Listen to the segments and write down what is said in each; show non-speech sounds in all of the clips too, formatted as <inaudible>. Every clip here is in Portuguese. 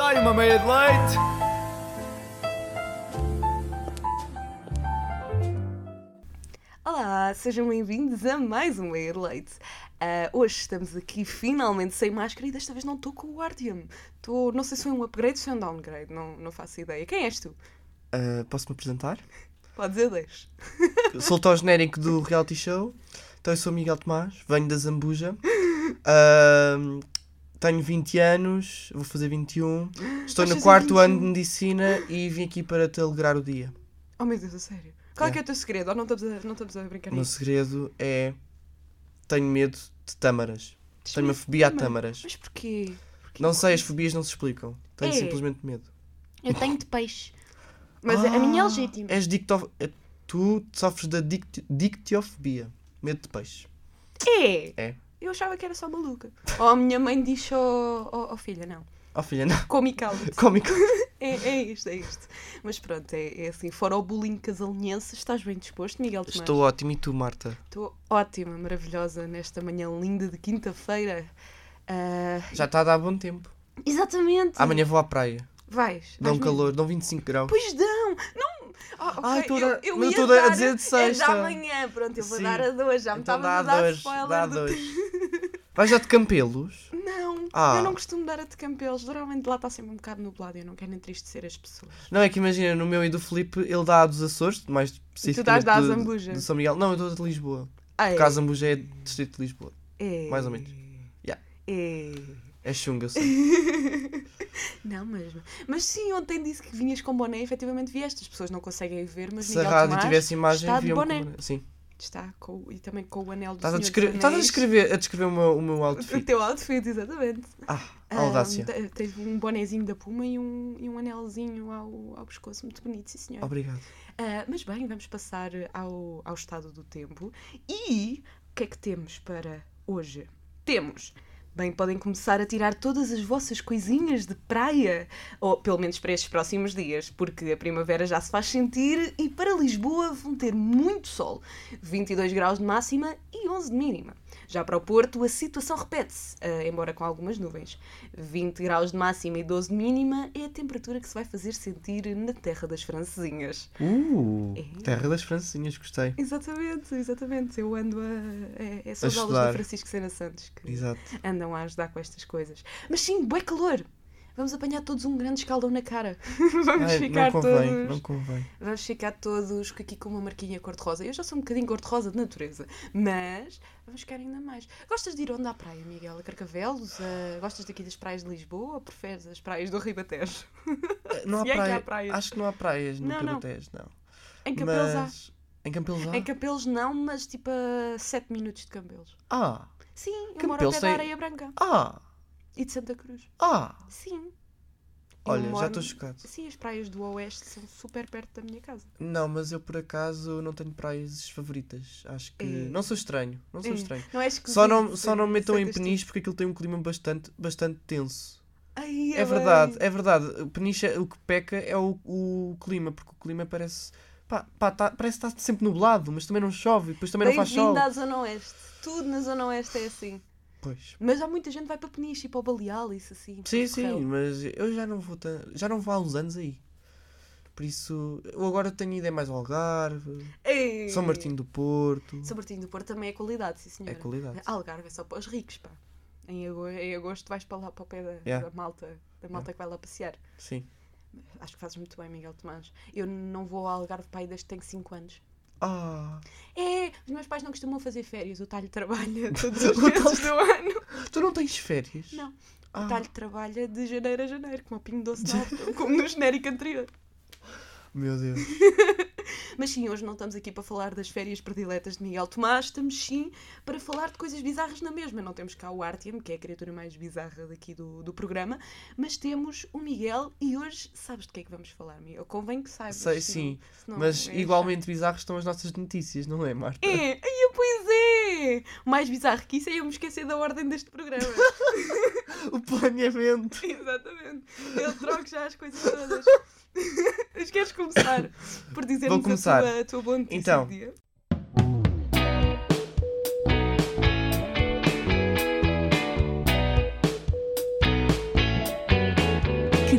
Am I made it late? Olá, sejam bem-vindos a mais um Layer Late. Ah, hoje estamos aqui finalmente sem máscara e desta vez não estou com o Guardian. Estou, não sei se foi um upgrade ou se foi um downgrade, não, não faço ideia. Quem és tu? Ah, Posso-me apresentar? Podes dizer 10. Sou o tal genérico do reality show. Então, eu sou Miguel Tomás, venho da Zambuja. Ahm, tenho 20 anos, vou fazer 21. Estou Vais no fazer quarto 21? ano de medicina e vim aqui para te alegrar o dia. Oh meu Deus, a sério. Qual é que é o teu segredo? Ou não estamos a, não estamos a brincar O meu nisso? segredo é. Tenho medo de tâmaras. Tens Tenho uma medo de fobia a tâmaras? tâmaras. Mas porquê? Porquê? Não sei, as fobias não se explicam. Tenho É. simplesmente medo. Eu tenho de peixe. Mas a Ah, minha é legítima. És dicto... Tu sofres da dict... dictiofobia. Medo de peixe. É. É. Eu achava que era só maluca. Ou a minha mãe disse ao, ao, ao filho, não. Oh filha, não. <laughs> Come e cala-te. Cómico. É, é isto, é isto. Mas pronto, é, é assim. Fora o bullying casalinhense, estás bem disposto, Miguel Tomás? Estou ótimo e tu, Marta? Estou ótima, maravilhosa, nesta manhã linda de quinta-feira. Ah, Já está a dar bom tempo. exatamente. Amanhã vou à praia. Vais. Dá um vais mesmo. calor, dão 25 graus. Pois dão. Não. Ah, ok, Ai, tô a eu, dar- eu mas ia eu tô a dar- a dar dizer de É já sexta. amanhã. Pronto, eu vou Sim. dar a duas. Já me Então estava dá a dar dois, spoiler. dá do- dois. Vais já de campelos? <laughs> Não, Ah. eu não costumo dar a de campelos. Geralmente lá está sempre um bocado nublado e eu não quero entristecer as pessoas. Não, é que imagina, no meu e do Felipe, ele dá a dos Açores, mais especificamente dás da do- Zambuja. do São Miguel. Não, eu dou de Lisboa. Ai, Porque a Zambuja é distrito de Lisboa. é, mais ou menos. Yeah. é. É chunga, eu sei. Não, mas, mas sim, ontem disse que vinhas com boné e efetivamente vieste. As pessoas não conseguem ver, mas Se a Miguel rádio Tomás tivesse imagem, está de viam boné. como- Sim. está com, e também com o anel do Estás a, Senhor dos descrever, estás a Anéis. descrever, a descrever o, meu, o meu O outfit. teu outfit, exatamente. Ah, Ah, audácia. te- tens um bonezinho da Puma e um, e um anelzinho ao, ao pescoço, muito bonito, sim senhor. Obrigado. Ah, mas bem, vamos passar eh, ao, ao estado do tempo. E o que é que temos para hoje? Temos. Bem, podem começar a tirar todas as vossas coisinhas de praia, ou pelo menos para estes próximos dias, porque a primavera já se faz sentir e para Lisboa vão ter muito sol, 22 graus de máxima e 11 de mínima. Já para o Porto a situação repete-se, ah, embora com algumas nuvens. 20 graus de máxima e 12 de mínima é a temperatura que se vai fazer sentir na terra das francesinhas. Uh, É. Terra das Francinhas, gostei. Exatamente, exatamente. Eu ando a. É, é só A as aulas estudar. do Francisco Sena Santos que Exato. andam a ajudar com estas coisas. Mas sim, bué calor! Vamos apanhar todos um grande escaldão na cara. <laughs> Vamos Ai, ficar Ah, é, não convém, todos. não convém. Vamos ficar todos aqui com uma marquinha cor-de-rosa. Eu já sou um bocadinho cor-de-rosa de natureza, mas vamos ficar ainda mais. Gostas de ir onde à praia, Miguel? A Carcavelos? A- Gostas daqui das praias de Lisboa ou preferes as praias do Ribatejo? Não há, Se é que há praia. praias. Acho que não há praias no Não, não. Cabotejo, não. Em Campelos há. Mas... Em Campelos há? Em Campelos não, mas tipo a 7 minutos de Campelos. Ah, Sim, eu moro ao Campelos pé da tem- Areia Branca. ah, E de Santa Cruz. ah. Sim. Eu Olha, já moro- estou chocado. Sim, as praias do Oeste são super perto da minha casa. Não, mas eu por acaso não tenho praias favoritas. Acho que. É. Não sou estranho. Não sou É. estranho. Não é exclusivo. Só não, só sei- não me metam em sei deste Peniche porque aquilo tem um clima bastante, bastante tenso. tipo. Ai, É bem. verdade, é verdade. O Peniche, é- o que peca é o, o clima, porque o clima parece. Pá, pá, tá- parece que está sempre nublado, mas também não chove, e depois também não faz sol. Bem-vindo à Zona Oeste. Tudo na Zona Oeste é assim. Pois. Mas há muita gente que vai para Peniche e para o Baleal, isso assim. Sim, Correio. sim, mas eu já não vou tan- já não vou há uns anos aí. Por isso, eu agora tenho ideia mais ao Algarve, Ei. São Martinho do Porto. São Martinho do Porto também é qualidade, sim senhor. É qualidade. Algarve é só para os ricos, pá. Em ago- em agosto, vais para lá, para o pé da, Yeah. da malta, da malta que vai lá passear. Sim. Acho que fazes muito bem, Miguel Tomás. Eu não vou ao Algarve, pai, desde que tenho 5 anos. Ah, É, os meus pais não costumam fazer férias. O talho <laughs> trabalha todos os meses do ano. tu não tens férias? Não. Ah, O talho trabalha de janeiro a janeiro, como o Pingo Doce de Alto, como no genérico anterior. meu Deus. Mas sim, hoje não estamos aqui para falar das férias prediletas de Miguel Tomás, estamos sim para falar de coisas bizarras na mesma. Não temos cá o Artyom, que é a criatura mais bizarra daqui do, do programa, mas temos o Miguel e hoje sabes de que é que vamos falar, Miguel? Convém que saibas. Sei, senão- sim, senão Mas é igualmente bizarras estão as nossas notícias, não é, Marta? É, ai, pois é! Mais bizarro que isso é eu me esquecer da ordem deste programa. O planeamento. <laughs> Exatamente. Eu troco já as <laughs> coisas todas. Mas queres começar por dizer-nos Vou começar. a tua, a tua boa notícia Então. do dia? Que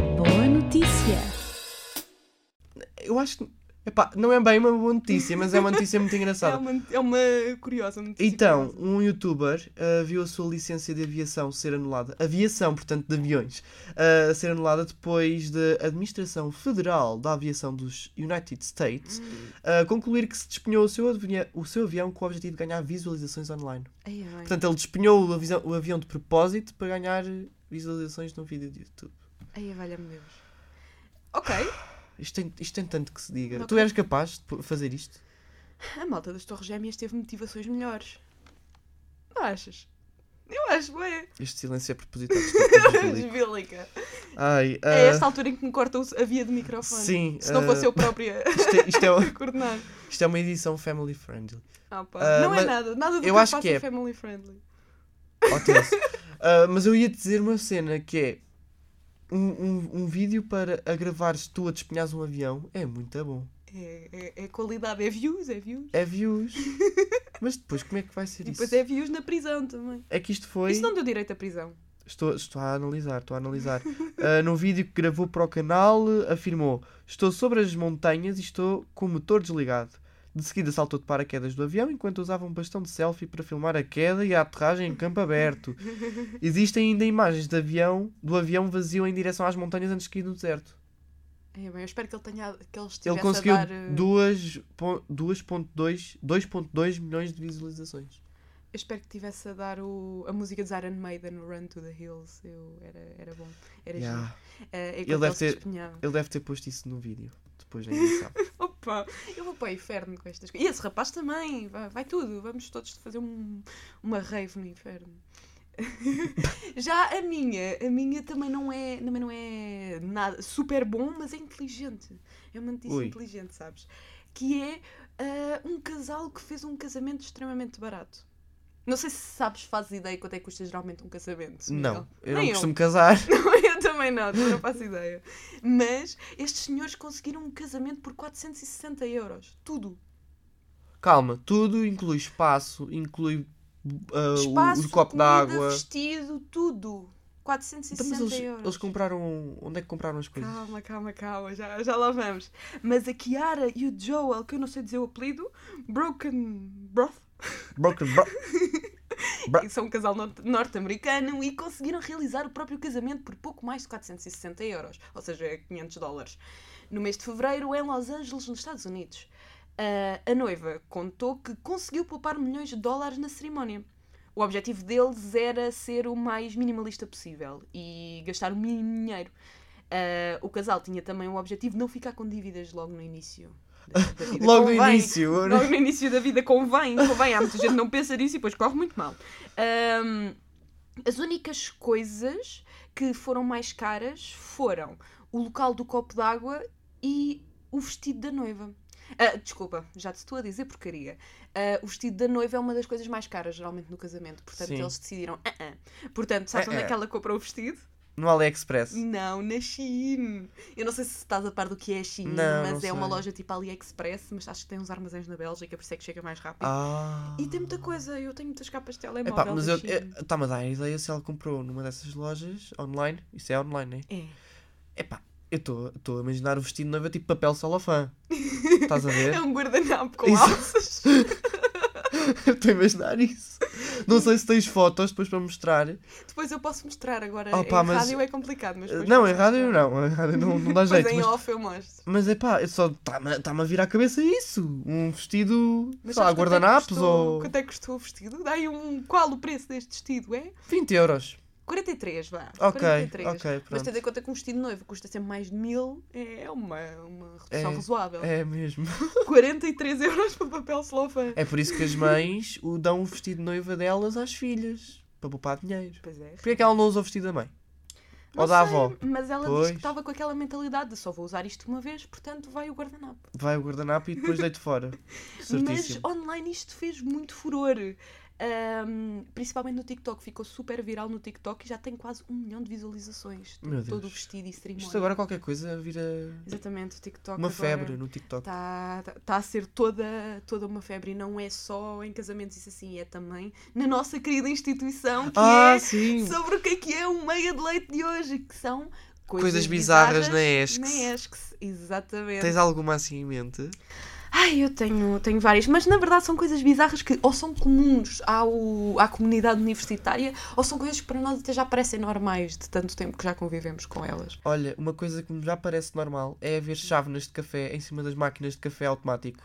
acho que. Epá, não é bem uma boa notícia, mas é uma notícia <laughs> muito É engraçada. uma, é uma curiosa notícia. Então, curiosa. um youtuber ah, viu a sua licença de aviação ser anulada, aviação, portanto, de aviões, ah, ser anulada depois da Administração Federal da Aviação dos United States Hum. ah, concluir que se despenhou o seu, avi- o seu avião com o objetivo de ganhar visualizações online. Ai, ai. Portanto, ele despenhou o, avisão- o avião de propósito para ganhar visualizações num vídeo de YouTube. Ai, valha-me Deus. Ok, Isto tem, isto tem tanto que se diga. Ok. Tu eras capaz de p- fazer isto? a malta das Torres Gêmeas teve motivações melhores. Não achas? Eu acho, ué. Este silêncio é propositado. <laughs> desculpa, Angélica. Bíblica. Ai, ah, É esta altura em que me cortam a via de microfone. Sim. Se não ah, fosse eu própria Isto é, isto, é, a coordenar. isto é uma edição family friendly. <laughs> Ah, pá. Ah, não é mas nada, nada do eu que acho faço que é. family friendly. Ótimo. <laughs> Ah, mas eu ia te dizer uma cena que é um, um, um vídeo para a gravares tu a despenhares um avião é muito bom. É, é- é qualidade, é views, é views. É <laughs> views. mas depois como é que vai ser E isso? depois é views na prisão também. É que isto foi. Isso não deu direito à prisão. Estou, estou a analisar, estou a analisar. <laughs> Ah, num vídeo que gravou para o canal, eh, afirmou: Estou sobre as montanhas e estou com o motor desligado. De seguida saltou de paraquedas do avião enquanto usava um bastão de selfie para filmar a queda e a aterragem em campo <laughs> aberto. Existem ainda imagens de avião, do avião vazio em direção às montanhas antes de cair no deserto. É, bem, eu espero que ele tenha que ele estivesse Ele conseguiu a dar. eh, duas pon- 2.2 2.2 milhões de visualizações. Eu espero que estivesse a dar o, a música dos Iron Maiden, Run to the Hills. Eu, era, era bom. Era Yeah. giro. Eh, enquanto Ele deve se ter- despenhava. Ele deve ter posto isso no vídeo, depois na <laughs> edição. Opa, eu vou para o inferno com estas coisas. E esse rapaz também, vai, vai tudo. Vamos todos fazer um, uma rave no inferno. <laughs> Já a minha, a minha também não é, também não é nada super bom, mas é inteligente. É uma notícia Ui. inteligente, sabes? Que é ah, um casal que fez um casamento extremamente barato. Não sei se sabes, fazes ideia quanto é que custa geralmente um casamento. Miguel. não, eu não Nem costumo casar. Não, <laughs> eu também não, também não faço ideia. Mas estes senhores conseguiram um casamento por 460 euros. Tudo. Calma, tudo inclui espaço, inclui ah, o- Espaço, o, copo comida, d'água. vestido, tudo. Então, 460 mas eles, euros. eles compraram. Onde é que compraram as coisas? Calma, calma, calma, já, já lá vamos. Mas a Kiara e o Joel, que eu não sei dizer o apelido, Broken Broth, Broken Bro- Bra- e são um casal norte- norte-americano e conseguiram realizar o próprio casamento por pouco mais de 460 euros, ou seja, é 500 dólares, no mês de fevereiro em Los Angeles, nos Estados Unidos. Ah, a noiva contou que conseguiu poupar milhões de dólares na cerimónia. O objetivo deles era ser o mais minimalista possível e gastar o mínimo dinheiro. Ah, o casal tinha também o objetivo de não ficar com dívidas logo no início. da- da vida. Logo no <laughs> Convém- início. né? eu não- Logo no início da vida convém, convém. Há muita gente que não pensa nisso e depois corre muito mal. Ahm, as únicas coisas que foram mais caras foram o local do copo d'água e o vestido da noiva. Ah, desculpa, já te estou a dizer porcaria. Ah, o vestido da noiva é uma das coisas mais caras, geralmente, no casamento. Portanto, Sim. eles decidiram. "Ah, ah." Portanto, sabes onde é Ah, ah. que ela comprou o vestido? No AliExpress. Não, na Shein. Eu não sei se estás a par do que é a Shein, Não, mas não é sei. uma loja tipo AliExpress, mas acho que tem uns armazéns na Bélgica, por isso é que chega mais rápido. Ah. E tem muita coisa, eu tenho muitas capas de telemóvel Epá, mas da eu. Shein. Está-me a dar a ideia se ela comprou numa dessas lojas online. Isso é online, né? É. Epá, eu estou a imaginar o vestido de noiva tipo papel <laughs> solofã. Estás a <laughs> É ver? um guardanapo com Isso. <laughs> alças. Estou a imaginar isso. Não sei se tens fotos depois para mostrar. Depois eu posso mostrar agora. Oh, pá, em mas- rádio é complicado, mas depois Não, posso em rádio mostrar. não. Em rádio não, não dá Depois jeito. em mas- off eu mostro. Mas é pá, só está-me tá a vir à cabeça isso. Um vestido, sei lá, sabes quanto é que guardanapos custou- ou. Quanto é que custou o vestido? Dá aí um... Qual o preço deste vestido, é? 20 euros. 43, vá. Ok, 43. ok, Mas pronto. tendo em conta que um vestido noivo custa sempre mais de mil, é uma, uma redução É, razoável. É mesmo. 43 euros para papel celofã. É por isso que as mães o dão o vestido de noiva delas às filhas. Para poupar dinheiro. Pois é. Porquê é que ela não usa o vestido da mãe? Não ou da sei, avó? Mas ela Pois. disse que estava com aquela mentalidade de só vou usar isto uma vez, portanto vai o guardanapo. Vai o guardanapo e depois deito fora. Certíssimo. <laughs> Mas online isto fez muito furor. Ahm, principalmente no TikTok, ficou super viral no TikTok e já tem quase um milhão de visualizações. Tipo, Meu Todo o Deus. vestido e cerimónia. Isto agora qualquer coisa vira Exatamente, o TikTok. uma agora febre no TikTok. Está tá, tá a ser toda, toda uma febre e não é só em casamentos, isso assim é também na nossa querida instituição que Ah, é sim! sobre o que é que é um meia de leite de hoje, que são Coisas bizarras na ESCS. Na ESCS, exatamente. Tens alguma assim em mente? Ai, eu tenho, tenho várias, mas na verdade são coisas bizarras que ou são comuns ao, à comunidade universitária ou são coisas que para nós até já parecem normais de tanto tempo que já convivemos com <laughs> elas. Olha, uma coisa que me já parece normal é haver chávenas de café em cima das máquinas de café automático.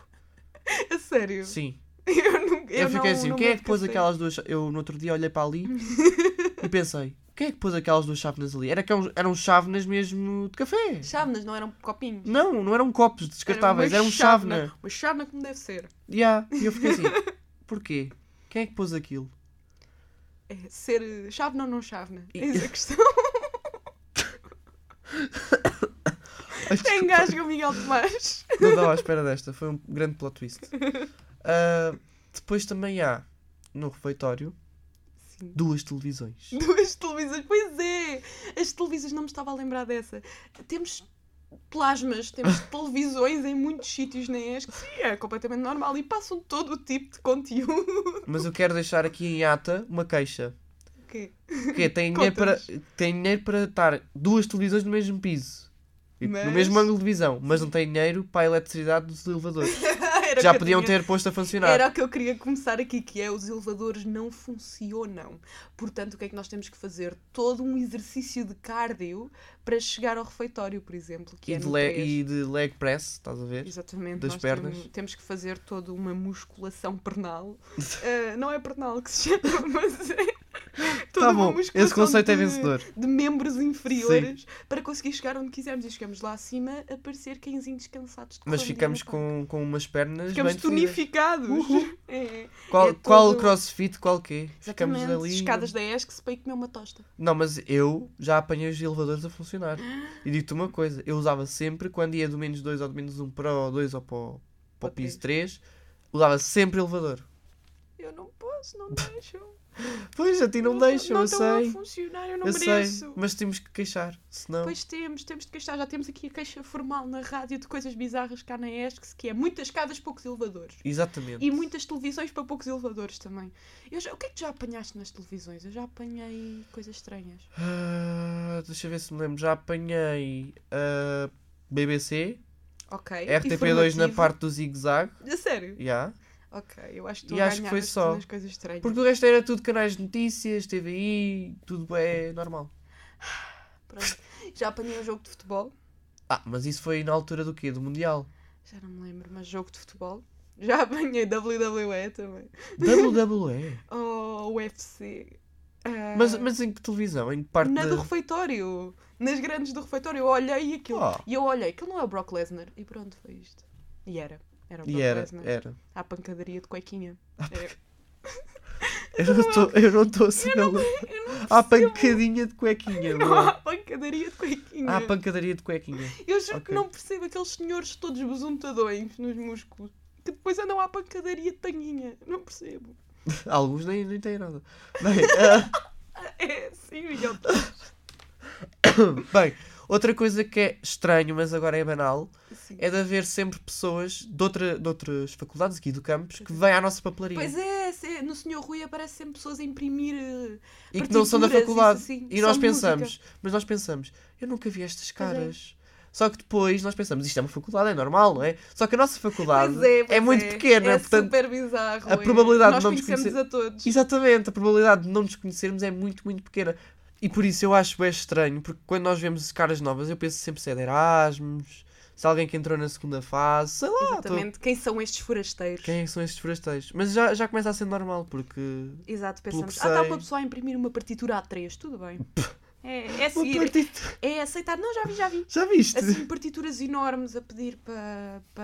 A sério. Sim. Eu, não, Eu, fiquei não- assim, não quem é me que pôs percebo. aquelas duas. Eu no outro dia olhei para <laughs> ali e pensei, quem é que pôs aquelas duas chávenas ali? Era que eram, eram chávenas mesmo de café. Chávenas, não eram copinhos. Não, não eram copos descartáveis, Era era um uma chávena. Uma chávena como deve ser. Ya, E eu fiquei <laughs> assim, porquê? Quem é que pôs aquilo? É ser eh, chávena ou não chávena? E- <laughs> Eis a questão. Ai, Até engasga o É Miguel Tomás. Não estava à espera desta, foi um grande plot <laughs> twist. Ah, depois também há, no refeitório, Sim. duas televisões. <laughs> Duas televisões. Pois é! As televisões não me estava a lembrar dessa. Temos plasmas, <laughs> temos televisões em muitos sítios na ESC. Sim, é completamente normal. E passam todo o tipo de conteúdo. <laughs> Mas eu quero deixar aqui em ata uma queixa. Que Porque tem dinheiro, para, Conta-nos. tem dinheiro para estar duas televisões no mesmo piso. Tipo, No Mas- mesmo ângulo de visão, mas não tem dinheiro para a eletricidade dos elevadores. <laughs> <laughs> Era o Já que eu podiam tinha- ter posto a funcionar. Era o que eu queria começar aqui, que é os elevadores não funcionam. Portanto, o que é que nós temos que fazer? Todo um exercício de cardio para chegar ao refeitório, por exemplo, que E, é de no le- 3. e de leg press, estás a ver? Exatamente, das nós pernas. Temos, temos que fazer toda uma musculação pernal. <laughs> Ah, não é pernal que se chama, <laughs> mas é toda Tá uma bom, musculação esse conceito é de- vencedor. De membros inferiores para conseguir chegar onde quisermos e chegamos lá acima a parecer cãezinhos cansados de Mas correr, ficamos não é? com, com umas pernas Ficamos bem definidas. tonificados. Uhul. <laughs> É. Qual, É qual todo- crossfit, qual quê? Ficamos Exatamente, ali. escadas da ESC se bem comer uma tosta. Não, mas eu já apanhei os elevadores a funcionar. E digo-te uma coisa, eu usava sempre, quando ia do menos 2 ou do menos 1 para o 2 ou para o, para o Para o três. piso 3, usava sempre elevador. Eu não posso, <laughs> não deixam. Pois, a ti não, deixam, não eu estão a sei. funcionar, eu não Eu mereço. sei, mas temos que queixar, senão... Pois temos, temos de queixar. Já temos aqui a queixa formal na rádio de coisas bizarras cá na ESC, que é muitas escadas, poucos elevadores. Exatamente. E muitas televisões para poucos elevadores também. Eu já- o que é que tu já apanhaste nas televisões? Eu já apanhei coisas estranhas. Ah, deixa eu ver se me lembro, já apanhei ah, BBC, Ok. RTP2 na informativo. parte do zigue-zague, A sério? já. Ok, eu acho que E estou a acho que ganhar foi nas- só. nas coisas estranhas. Porque o resto era tudo canais de notícias, TVI, tudo é normal. Pronto. Já apanhei um jogo de futebol. Ah, mas isso foi na altura do quê? Do Mundial? Já não me lembro, mas jogo de futebol. Já apanhei WWE também. <laughs> WWE? Ou UFC. Ah, mas, mas em que televisão? Em que parte na da... do refeitório. Nas grandes do refeitório. Eu olhei aquilo. Oh. E eu olhei, aquilo não é o Brock Lesnar. E pronto, foi isto. E era. Era o Brock E era, é. Lesnar. era. À pancadaria <laughs> de cuequinha. Eu não tô- Eu não estou a saber. Há pancadinha de cuequinha, Não <laughs> bro. há pancadaria de cuequinha. Há pancadaria de cuequinha. Eu juro que Ok. não percebo aqueles senhores todos besuntadões nos músculos. Que depois andam à pancadaria de tanguinha. Não percebo. <laughs> Alguns nem, nem têm nada. Bem, ah, É sim, Miguel. <laughs> ah, bem, outra coisa que é estranho, mas agora é banal, Sim. é de haver sempre pessoas de, outra, de outras faculdades aqui do campus que vêm à nossa papelaria. Pois é, se- no Senhor Rui aparece sempre pessoas a imprimir. eh, e que não são da partituras, faculdade. isso assim, e só nós de pensamos, mas nós pensamos, eu nunca vi estas Pois é. caras. Só que depois nós pensamos, isto é uma faculdade, é normal, não é? Só que a nossa faculdade Pois é, pois muito pequena, é portanto. super bizarro. a é. probabilidade de nós não nos conhecemos conhecer- a todos. Exatamente, a probabilidade de não nos conhecermos é muito, muito pequena. E por isso eu acho é estranho, porque quando nós vemos caras novas, eu penso sempre se é de Erasmus, se é alguém que entrou na segunda fase, sei lá. tô- Exatamente. Quem são estes forasteiros? Quem é que são estes forasteiros? Mas já, já começa a ser normal, porque. Exato, Pelo pensamos. que Ah, está sei. uma pessoa a imprimir uma partitura A3, tudo <laughs> bem. É, Uma é seguir, partita- é aceitar. Não, já vi, <laughs> já vi. Já viste? Assim, partituras enormes a pedir para pa,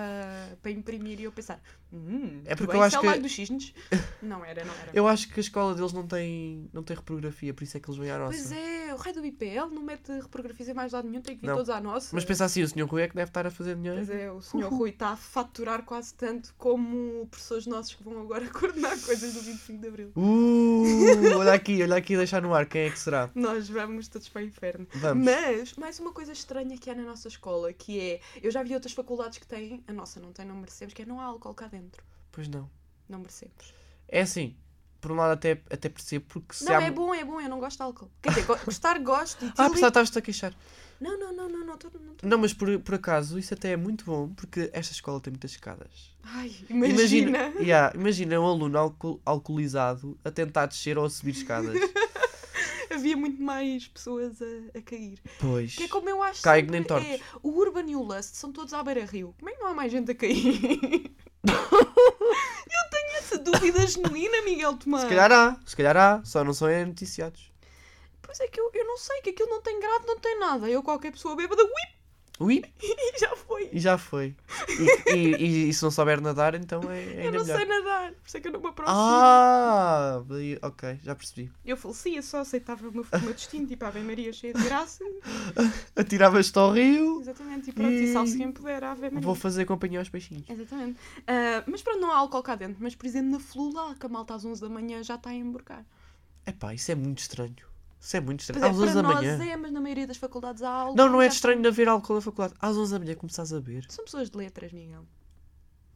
pa imprimir e eu pensar. Hum, É tudo porque bem, eu isso acho é o que- Lago <laughs> dos Cisnes. Não era, não era. Eu acho que a escola deles não tem, não tem reprografia, por isso é que eles vêm à nossa. Pois é, o rei do BPL não mete reprografias em mais lado nenhum, tem que vir Não. todos à nossa. Mas pensa assim, o senhor Rui é que deve estar a fazer dinheiro. Pois é, o senhor Rui está a faturar quase tanto como professores nossos que vão agora <laughs> coordenar coisas do 25 de Abril. Uh, olha aqui, olha aqui, deixar no ar, quem é que será? Nós vamos todos para o inferno. Vamos. Mas, mais uma coisa estranha que há na nossa escola, que é, eu já vi outras faculdades que têm, a nossa não tem, não merecemos, que é não há álcool cá dentro. Pois não. Não merecemos. É assim, por um lado até, até percebo, porque se Não, há... é bom, é bom, eu não gosto de álcool. Quer dizer, go- gostar gosto e <laughs> Ah, desligo. apesar estavas-te a queixar. Não, não, não, não, não, tô- não tô- Não, mas por, por acaso, isso até é muito bom, porque esta escola tem muitas escadas. Ai, imagina. <laughs> yeah, imagina um aluno alco alcoolizado a tentar descer ou a subir <laughs> escadas. Havia muito mais pessoas a, a cair. Pois. Que é como eu acho Cai sempre, que nem tortos. é, o Urban e o Lust são todos à beira-rio. Como é que não há mais gente a cair? <laughs> eu tenho essa dúvida genuína, Miguel Tomás. Se calhar há, se calhar há, só não são é noticiados. Pois é que eu, eu não sei, que aquilo não tem grado, não tem nada. Eu, qualquer pessoa bêbada, ui, <laughs> Ui, já foi. e já foi. E, e, e- e se não souber nadar, então é, é ainda eu não melhor. sei nadar, por isso é que eu não me aproximo. Ah, daí- ok, já percebi. Eu falecia, só aceitava o meu, o meu destino, tipo, Ave Maria cheia de graça. <laughs> Atiravas-te ao rio, Exatamente, e pronto, e salve quem puder, Ave Maria. Hum. vou fazer companhia aos peixinhos. Exatamente. Ah, mas pronto, não há álcool cá dentro. Mas, por exemplo, na flu lá, que a malta às 11 da manhã já está a embarcar. Epá, isso é muito estranho. Isso é muito estranho. Pois é, Às 11 para da nós manhã. é, mas na maioria das faculdades há álcool. Não, não é já- de estranho de haver álcool na faculdade. Às 11 da manhã começas a beber. São pessoas de letras, Miguel.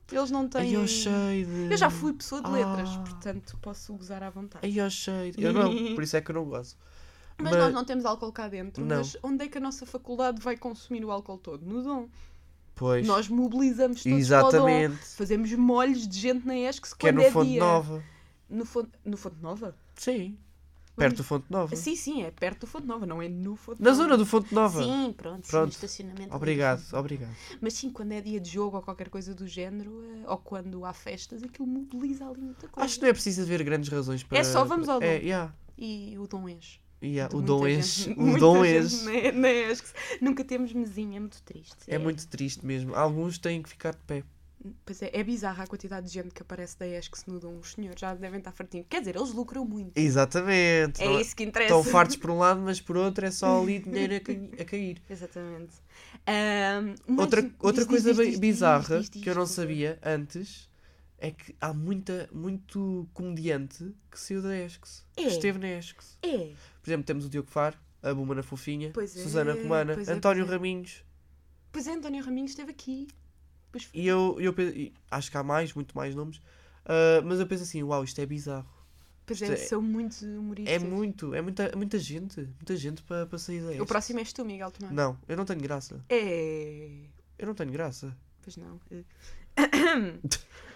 Eles não têm... Aí ao cheiro. Eu já fui pessoa de letras, Ah. portanto posso gozar à vontade. Aí ao cheiro. Eu <laughs> não, por isso é que eu não gosto. Mas, nós não temos álcool cá dentro. Não. Mas onde é que a nossa faculdade vai consumir o álcool todo? No Dom. Pois. Nós mobilizamos todos para o Dom. Exatamente. Fazemos molhos de gente na ESC Que é quando no é, Fonte dia. Nova. No, Fon- no Fonte Nova? Sim. Perto do Fonte Nova. Sim, sim, é perto do Fonte Nova, não é no Fonte Uhum. Na Nova. zona do Fonte Nova. Sim, pronto, sim, Pronto. no estacionamento. Obrigado, obrigado. Mas sim, quando é dia de jogo ou qualquer coisa do género, eh, ou quando há festas, aquilo mobiliza ali muita coisa. Acho que não é preciso haver grandes razões para. É só vamos ao É, Dom. yeah, E o Dom enche. yeah, De O muita dom gente- <laughs> enche. O muita dom é gente enche. na- na ESC. Nunca temos mesinha, é muito triste. É muito triste mesmo. Alguns têm que ficar de pé. Pois é, é bizarra a quantidade de gente que aparece da ESC se no Dom. Os senhores já devem estar fartinhos. Quer dizer, eles lucram muito. Exatamente. É não é? isso que interessa. Estão fartos por um lado, mas por outro é só ali dinheiro a, ca- a cair. Exatamente. Ahm, mas outra diz- outra diz- coisa diz- bem diz- bizarra diz- diz- que eu não diz, por favor. sabia antes é que há muita, muito comediante que saiu da ESCS. É. Que esteve na ESCS. É. Por exemplo, temos o Diogo Faro, a Bumana Fofinha, Pois é, Susana Romana, pois é, António pois é. Raminhos. Pois é, António Raminhos esteve aqui. Pois foi. E eu, eu pe- e acho que há mais, muito mais nomes. ah, mas eu penso assim, uau, isto é bizarro. Pois Isto é, é- são muitos humoristas. É muito, é muita, muita gente, muita gente para para sair da O ESCS. próximo és tu, Miguel Tomás. Não, eu não tenho graça. É. Eu não tenho graça. Pois não. <coughs> Eh.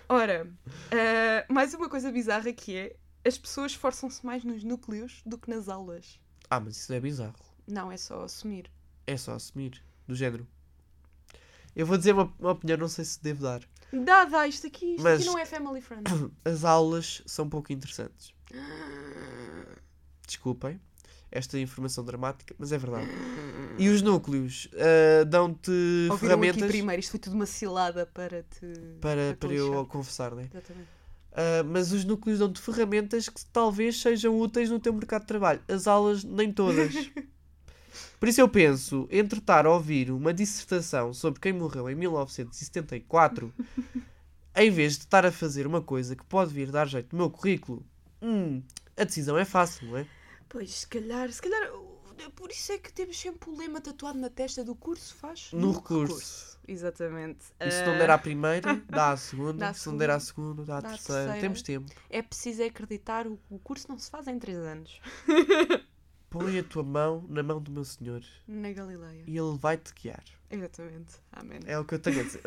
Ora, ah, mais uma coisa bizarra que é as pessoas esforçam-se mais nos núcleos do que nas aulas. Ah, mas isso é bizarro. Não, é só assumir. É só assumir. Do género. Eu vou dizer uma, uma opinião, não sei se devo dar. Dá, dá, isto aqui, isto Mas- aqui não é <coughs> family friend. As aulas são pouco interessantes. Desculpem esta informação dramática, mas é verdade. E os núcleos ah, dão-te Ouviram aqui ferramentas primeiro, isto foi tudo uma cilada para te. para, te para eu lixar. confessar, né? Exatamente. Ah, mas os núcleos dão-te ferramentas que talvez sejam úteis no teu mercado de trabalho. As aulas, nem <laughs> todas. Por isso eu penso, entre estar a ouvir uma dissertação sobre quem morreu em <laughs> 1974, em vez de estar a fazer uma coisa que pode vir dar jeito no meu currículo, hum, a decisão é fácil, não é? Pois, se calhar, se calhar, por isso é que temos sempre o lema tatuado na testa do curso, faz? No recurso. Exatamente. E se Ah, não der à primeira, dá à segunda. <laughs> dá à se não der à segunda, dá à dá à terceira. terceira. Temos tempo. É preciso acreditar, o, o curso não se faz em 3 anos. Põe a tua mão na mão do meu senhor Na Galileia. e ele vai-te guiar. Exatamente. Amém. É o que eu tenho a <laughs> dizer.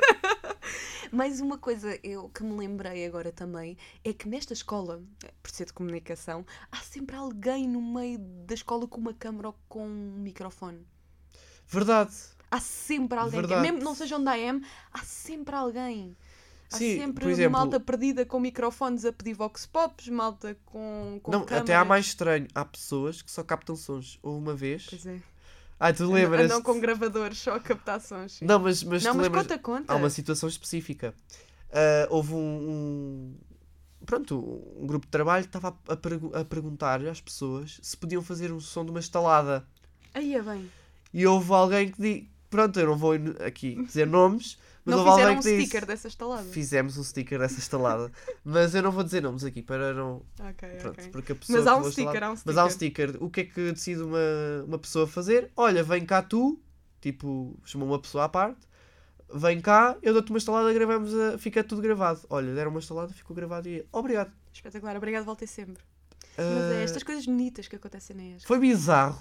Mais uma coisa eu, que me lembrei agora também é que nesta escola, por ser de comunicação, há sempre alguém no meio da escola com uma câmara ou com um microfone. Verdade. Há sempre alguém, que- Verdade. mesmo que não seja um onde AM, há sempre alguém. Há Sim, sempre por exemplo- malta perdida com microfones a pedir vox pops, malta com, com não, até há câmaras. mais estranho. Há pessoas que só captam sons. Houve uma vez. Pois é. Ah, tu lembras? Andam com gravadores só a captar sons. Não, mas, mas Não, tu mas lembras? conta, conta. Há uma situação específica. Ah, houve um, um- Pronto, um grupo de trabalho que estava a, pergu- a perguntar às pessoas se podiam fazer um som de uma estalada. Aí é bem. E houve alguém que disse. Pronto, eu não vou in- aqui dizer nomes, mas não houve fizeram alguém um que sticker disse. dessa estalada. Fizemos um sticker dessa <laughs> estalada. mas eu não vou dizer nomes aqui para não. Ok, Pronto, ok. porque a pessoa Mas há que um vou estalada- sticker, há um sticker. Mas há um sticker. O que é que decide uma, uma pessoa fazer? Olha, vem cá tu. Tipo, chamou uma pessoa à parte. vem cá, eu dou-te uma estalada, gravamos a... fica tudo gravado. Olha, deram uma estalada, ficou gravado e é. obrigado. Espetacular, obrigado, voltei sempre. Mas Ah, é estas coisas bonitas que acontecem na ESC. Foi bizarro,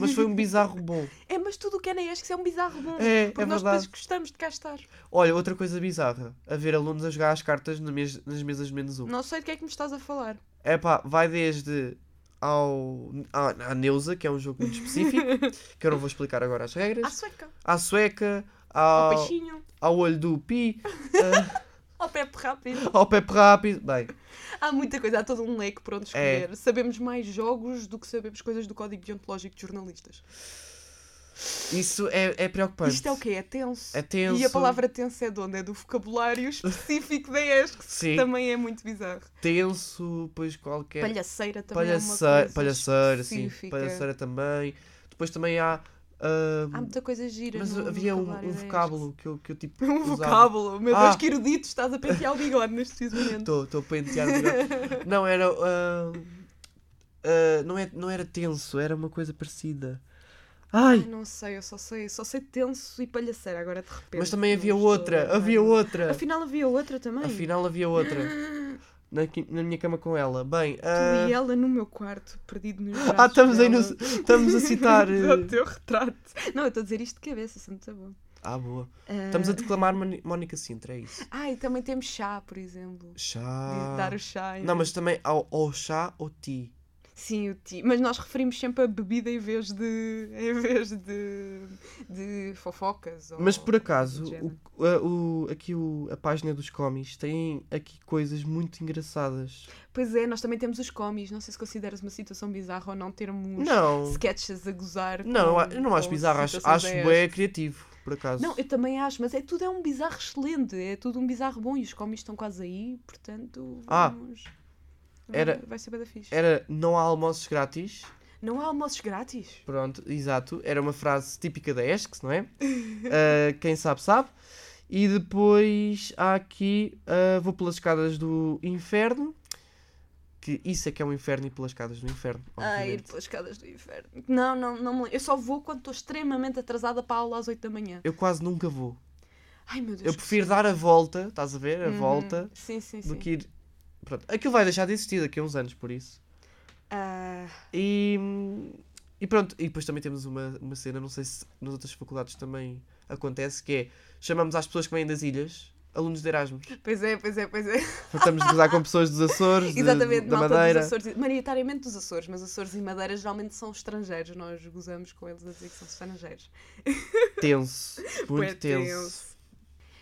mas foi um bizarro bom. É, mas tudo o que é na ESC é um bizarro bom. É, <laughs> porque é nós verdade. depois gostamos de cá estar. Olha, outra coisa bizarra, haver alunos a jogar as cartas na mes- nas mesas de menos um. Não sei de que é que me estás a falar. É pá, vai desde ao, à, à Neuza, que é um jogo muito <laughs> específico, que eu não vou explicar agora as À regras, sueca, à Sueca, ao ao, peixinho, ao olho do Pi, eh, <laughs> ao Pepe Rápido. ao Pepe Rápido. Bem, Há muita coisa, há todo um leque para onde É. escolher. Sabemos mais jogos do que sabemos coisas do código deontológico de jornalistas. isso é, é preocupante. Isto é o quê? É tenso. É tenso. E a palavra tenso é de onde? É do vocabulário <laughs> específico da ESC, que Sim, também é muito bizarro. tenso, pois qualquer. Palhaceira também é uma palhaceira, coisa palhaceira, sim, específica. palhaceira também. Depois também há. ah, Há muita coisa gira mas no, no havia um, vocabulário um da ESC. vocábulo que eu, que eu tipo. <laughs> Um usava. vocábulo. Meu Ah. Deus, que erudito estás a pentear o bigode neste preciso momento. Estou a pentear. o bigode. não, era. ah, ah, não, é, não era tenso, era uma coisa parecida. Ai, Ai! não sei, eu só sei, só sei tenso e palhaceira agora de repente. Mas também não havia estou a outra, lembrar. havia outra. Afinal havia outra também. Afinal havia <laughs> outra. Na, qui- na minha cama com ela. Bem. ah, Tu e ela no meu quarto, perdido nos braços ah, estamos, aí dela. no- estamos <laughs> a citar. Do eh, teu retrato. Não, eu estou a dizer isto de cabeça, isso é muito bom. Ah, boa. Ah, Estamos a declamar Moni- Mónica Sintra, é isso. Ah, e também temos chá, por exemplo. De Chá. dar o chá. em Ah. Não, vez- mas também ao, ao chá ou ti. Sim, o ti. Mas nós referimos sempre a bebida em vez de. em vez de. de fofocas. ou Mas por coisa do acaso, género. o, a, o- aqui o- a página dos cómics tem aqui coisas muito engraçadas. Pois é, nós também temos os comis. Não sei se consideras uma situação bizarra ou não termos Não, sketches a gozar. não, com- eu a- eu não acho com bizarro, acho, situações acho destas. bué criativo, por acaso. Não, eu também acho, mas é tudo é um bizarro excelente, é tudo um bizarro bom e os cómics estão quase aí, portanto, Ah, vamos. era- é- Vai ser bada fixe. Era não há almoços grátis, Não há almoços grátis? pronto, exato, era uma frase típica da ESC, <laughs> não é? Ah, quem sabe, sabe. E depois há aqui, ah, vou pelas escadas do inferno, que isso é que é um inferno e pelas escadas do inferno, Ah, ir obviamente. pelas escadas do inferno. Não, não, não me lembro. Eu só vou quando estou extremamente atrasada para a aula às 8 da manhã. Eu quase nunca vou. Ai meu Deus. Eu que prefiro dar a volta, estás a ver? A Uhum. volta. Sim, sim, do sim. que ir. Pronto, aquilo vai deixar de existir daqui a uns anos, por isso. Ah, E, e pronto, e depois também temos uma, uma cena, não sei se nas outras faculdades também acontece, que é chamamos às pessoas que vêm das ilhas alunos de Erasmus. pois é, pois é, pois é. Estamos a gozar com pessoas dos Açores, de- Exatamente, da malta Madeira. dos Açores. e- Maioritariamente dos Açores, mas Açores e Madeira geralmente são estrangeiros. Nós gozamos com eles a dizer que são estrangeiros. Tenso, Bué muito tenso.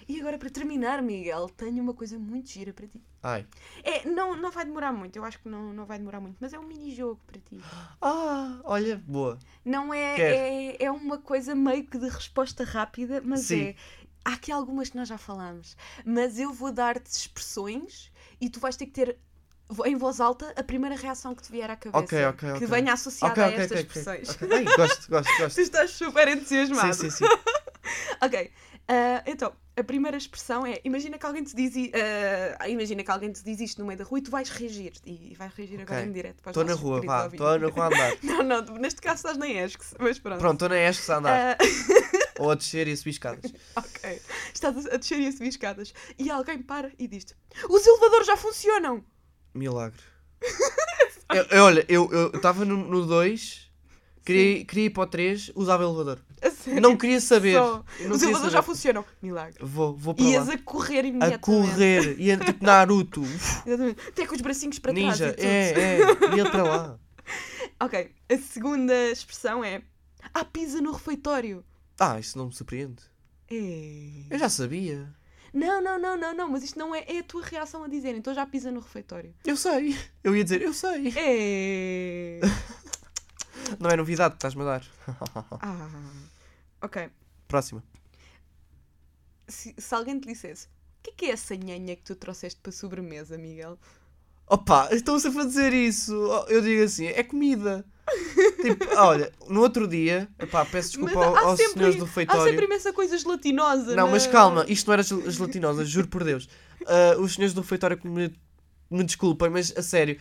E agora, para terminar, Miguel, tenho uma coisa muito gira para ti. Ai. É, não, não vai demorar muito, eu acho que não, não vai demorar muito, mas é um mini-jogo para ti. Ah, olha, boa. Não é, Quero. é. É uma coisa meio que de resposta rápida, mas Sim. é. Há aqui algumas que nós já falámos, mas eu vou dar-te expressões e tu vais ter que ter vo- em voz alta a primeira reação que te vier à cabeça. Ok, ok, Que ok. venha associada ok, a ok, estas ok. ok. expressões. <laughs> ok. Ai, gosto, gosto, Tu gosto. estás super entusiasmado. Sim, sim, sim. Ok, ah, então, a primeira expressão é: imagina que alguém te diz, i- ah, imagina que alguém te diz isto no meio da rua e tu vais reagir e, e vais reagir agora Ok. em direto. para os Estou na nossos rua, queridos vá, ouvintes. estou na rua a andar. <laughs> Não, não, tu- neste caso estás na ESCS, mas pronto. Pronto, estou na Estes a andar. Ah, Ou a descer e a subir escadas. <laughs> ok, estás a descer e a subir escadas e alguém para e diz-te: os elevadores já funcionam! <laughs> Milagre. Eu- eu- olha, eu estava no 2, queria, queria ir para o 3, usava <laughs> elevador. A sério, Não queria saber. só. eu não os queria elevadores já saber. funcionam! Milagre. Vou, vou para Ias lá. a correr A, imediatamente. correr. Ia tipo <laughs> Naruto. Exatamente. Até com os bracinhos para ninja. trás. e tudo. É, é. Ia para <laughs> lá. Ok, a segunda expressão é: há pizza no refeitório! Ah, isso não me surpreende. É. Eu já sabia. Não, não, não, não, não, mas isto não é, é a tua reação a dizer, então já pisa no refeitório. Eu sei. Eu ia dizer, eu <laughs> sei. É. Não é novidade, estás-me a dar. Ah. Ok. Próxima. Se, se alguém te dissesse, o que é que é essa nhanha que tu trouxeste para sobremesa, Miguel? Opa, estão-se a fazer isso. Oh, Eu digo assim, é <laughs> comida. Tipo, olha, no outro dia, epá, peço desculpa Mas ao- há aos sempre- senhores do Há feitório. sempre imensa coisa gelatinosa. Não, na- mas calma, isto não era gel- gelatinosa, juro por Deus. Ah, os senhores do refeitório que me, me desculpem, mas a sério,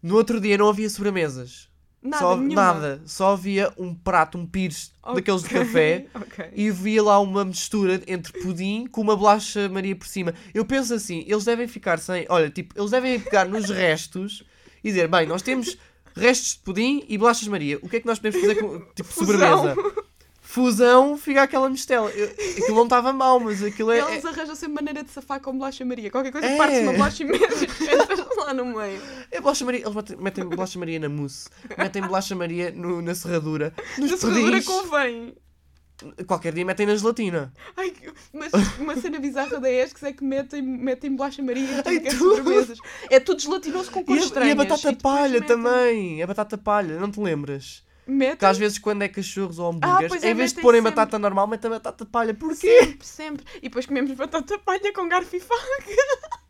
no outro dia não havia sobremesas. Nada, só, nenhuma. nada. Só havia um prato, um pires daqueles de Ok, café ok. e via lá uma mistura entre pudim com uma bolacha Maria por cima. Eu penso assim, eles devem ficar sem. Olha, tipo, eles devem pegar nos restos e dizer: bem, nós temos restos de pudim e bolachas Maria. O que é que nós podemos fazer com. Tipo, Fusão. sobremesa? Fusão, fica aquela mistela. Eu- aquilo não estava mal, mas aquilo é. Eles arranjam sempre maneira de safar com bolacha Maria. Qualquer coisa, É. parte uma bolacha <laughs> imensa e pensas lá no meio. é bolacha Maria. Eles metem, metem bolacha Maria na mousse, metem bolacha Maria no- na serradura, nos Na serradura pudins. convém. Qualquer dia metem na gelatina. Ai, que- mas uma cena bizarra da ESCS é que metem, metem bolacha Maria em tudo Ai, que é tudo. sobremesas. É tudo gelatinoso com E cores a, e estranhas. tipo, a batata depois palha metem- também. A batata palha, não te lembras? Metem Que às vezes quando é cachorros ou hambúrgueres, pois é, em vez de metem porem sempre. batata normal, metem batata palha. Porquê? sempre, sempre. E depois comemos batata palha com garfo e faca. <laughs>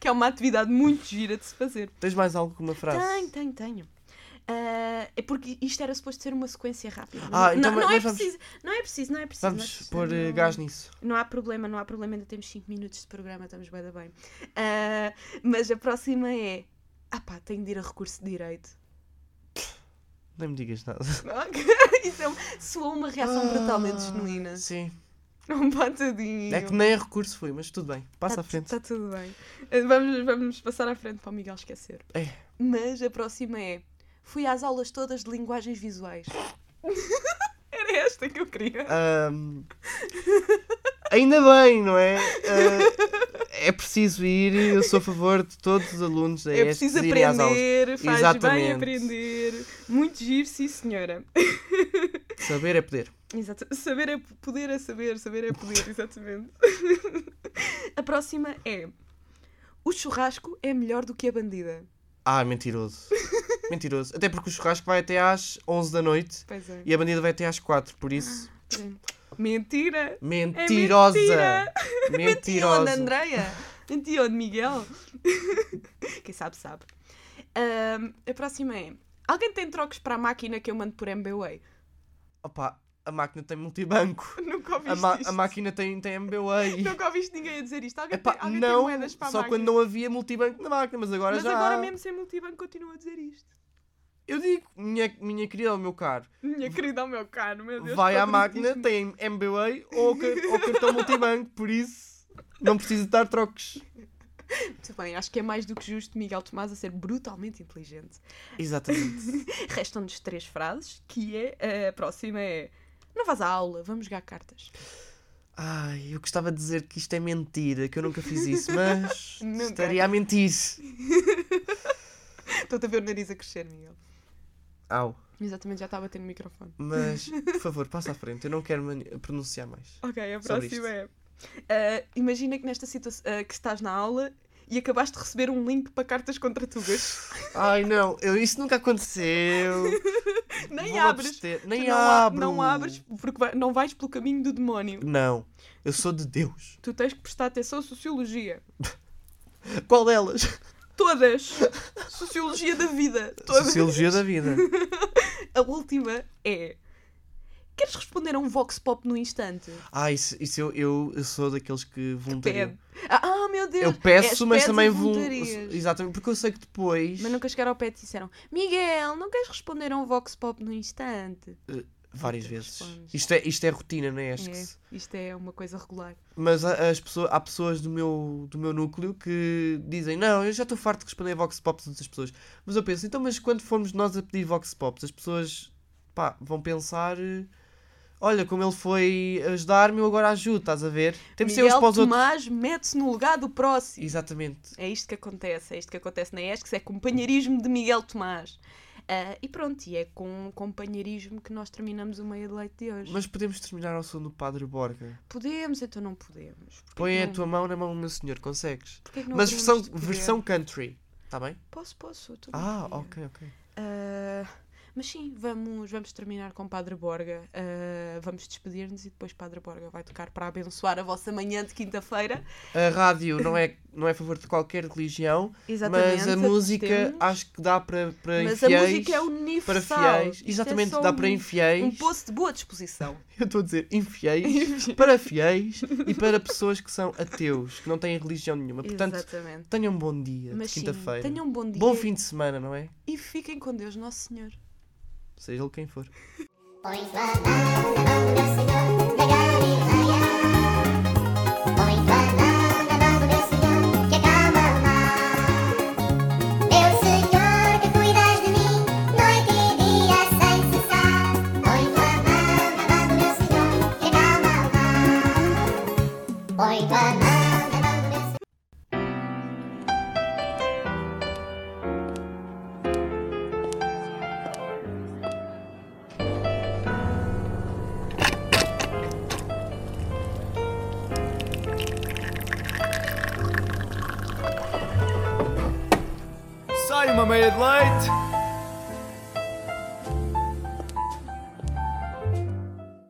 Que é uma atividade muito gira de se fazer. Tens mais algo que uma frase? Tenho, tenho, tenho. Ah, é porque isto era suposto ser uma sequência rápida. Ah, então não, mas- não, é mas vamos- preciso, não é preciso, não é preciso. não é Vamos preciso, pôr eh, não- gás nisso. Não há problema, não há problema, ainda temos 5 minutos de programa, estamos bem da bem. Ah, mas a próxima é. Ah pá, tenho de ir a recurso de direito. <laughs> Nem me digas nada. Isso é um- soou uma reação brutalmente genuína. <laughs> Sim. Um patadinho. Ah. É que nem a recurso fui, mas tudo bem. Passa à frente. Está tudo bem. Ah, Vamos, vamos passar à frente para o Miguel esquecer. É. Mas a próxima é. Fui às aulas todas de linguagens visuais. <laughs> Era esta que eu queria. Ah, Ahm, ainda bem, não é? Ah, é preciso ir. Eu sou a favor de todos os alunos da É ESC preciso irem às aulas. aprender, faz bem Exatamente. aprender. Muito giro, sim, senhora. Saber é poder. Exato. Saber é poder, é saber, saber <laughs> é poder, exatamente. a próxima é: O churrasco é melhor do que a bandida. Ah, mentiroso. mentiroso. Até porque o churrasco vai até às 11 da noite Pois é. e a bandida vai até às 4, por isso. Mentira! <laughs> Mentirosa! É mentira. Mentirosa. Mentirosa! Andreia? Mentirosa, Miguel? <laughs> Quem sabe, sabe. Ahm, a próxima é: Alguém tem trocos para a máquina que eu mando por MBWay? Opa, a máquina tem multibanco. Nunca ouviste A, ma- isto. a máquina tem, tem MBA. Nunca ouviste ninguém a dizer isto. Alguém, Epá, tem, alguém tem não, moedas para a só máquina. quando não havia multibanco na máquina, mas agora Mas já. agora há. mesmo sem multibanco continua a dizer isto. Eu digo, minha, minha querida, o meu caro, Minha querida, ao meu caro, meu Deus. é vai que à máquina, patriotismo. tem MBA ou, ca- ou cartão multibanco, por isso não precisa de dar trocos. Muito bem, acho que é mais do que justo Miguel Tomás a ser brutalmente inteligente. Exatamente. Restam-nos três frases, que é, a próxima é... Não vás à aula, vamos jogar cartas. Ai, eu gostava de dizer que isto é mentira, que eu nunca fiz isso, mas <laughs> Nunca. estaria a mentir. Estou-te a ver o nariz a crescer, Miguel. Au. Exatamente, já estava a bater no microfone. Mas, por favor, passa à frente, eu não quero mani- pronunciar mais. <laughs> Ok, a Sobre próxima é... ah, imagina que nesta situação... ah, que estás na aula e acabaste de receber um link para cartas <laughs> contra tugas. Ai não, eu, isso nunca aconteceu. Nem Vou-me abres. abster. Tu Nem não, a- abro. não abres porque vai- não vais pelo caminho do demónio. Não, eu sou de Deus. Tu tens que prestar atenção à sociologia. Qual delas? <laughs> Todas! Sociologia da vida. <laughs> Todas. Sociologia da vida. A última é. Queres responder a um vox pop no instante? Ah, isso, isso eu, eu, eu sou daqueles que voluntariam. Pede. Ah, ah, meu Deus! Eu peço, És- mas pedes também e volu- voluntarias. Exatamente, porque eu sei que depois Mas nunca chegaram ao pé e te disseram Miguel, não queres responder a um vox pop no instante? várias nunca vezes. respondes. Isto é, isto é rotina, não é? Acho que É, se- isto é uma coisa regular. Mas há, as pessoas, há pessoas do meu, do meu núcleo que dizem: Não, eu já estou farto de responder a Vox Pops de outras pessoas. Mas eu penso: Então, mas quando formos nós a pedir Vox Pops, as pessoas pá, vão pensar: eh, Olha, como ele foi ajudar-me, eu agora ajudo, estás a ver? Temos de ser uns Miguel para os outros. Tomás mete-se no lugar do próximo. Exatamente. É isto que acontece, é isto que acontece na ESCS, é companheirismo de Miguel Tomás. Ah, e pronto, e é com o companheirismo que nós terminamos o meio de leite de hoje. Mas podemos terminar ao som do Padre Borga. Podemos, então não podemos. Porquê Põe que a não- tua mão na mão do meu senhor, consegues? porquê é que não mas podemos versão, poder? versão country, está bem? Posso, posso. tudo Ah, bem. ok, ok. Ah, mas sim, vamos, vamos terminar com Padre Borga. Ah, vamos despedir-nos e depois Padre Borga vai tocar para abençoar a vossa manhã de quinta-feira. A rádio não é, não é a favor de qualquer religião. Mas a música temos. acho que dá para, para Mas infiéis. a música é Para universal. fiéis. Isto é Exatamente, só dá para um- infiéis. Um poço de boa disposição. <laughs> Eu estou a dizer infiéis. para fiéis e para pessoas que são ateus, que não têm religião nenhuma. Portanto, Exatamente. tenham um bom dia Mas de sim, quinta-feira. tenham um bom dia Bom fim de semana, não é? e fiquem com Deus, Nosso Senhor. seja ele quem for. Pois lá banana, do senhor, na Galileia. Põe banana, do senhor, que acaba lá. Meu senhor, que cuidas de mim, noite e dia sem cessar. Põe banana, do senhor, que acaba lá. Põe banana, do senhor. Sai uma meia de leite.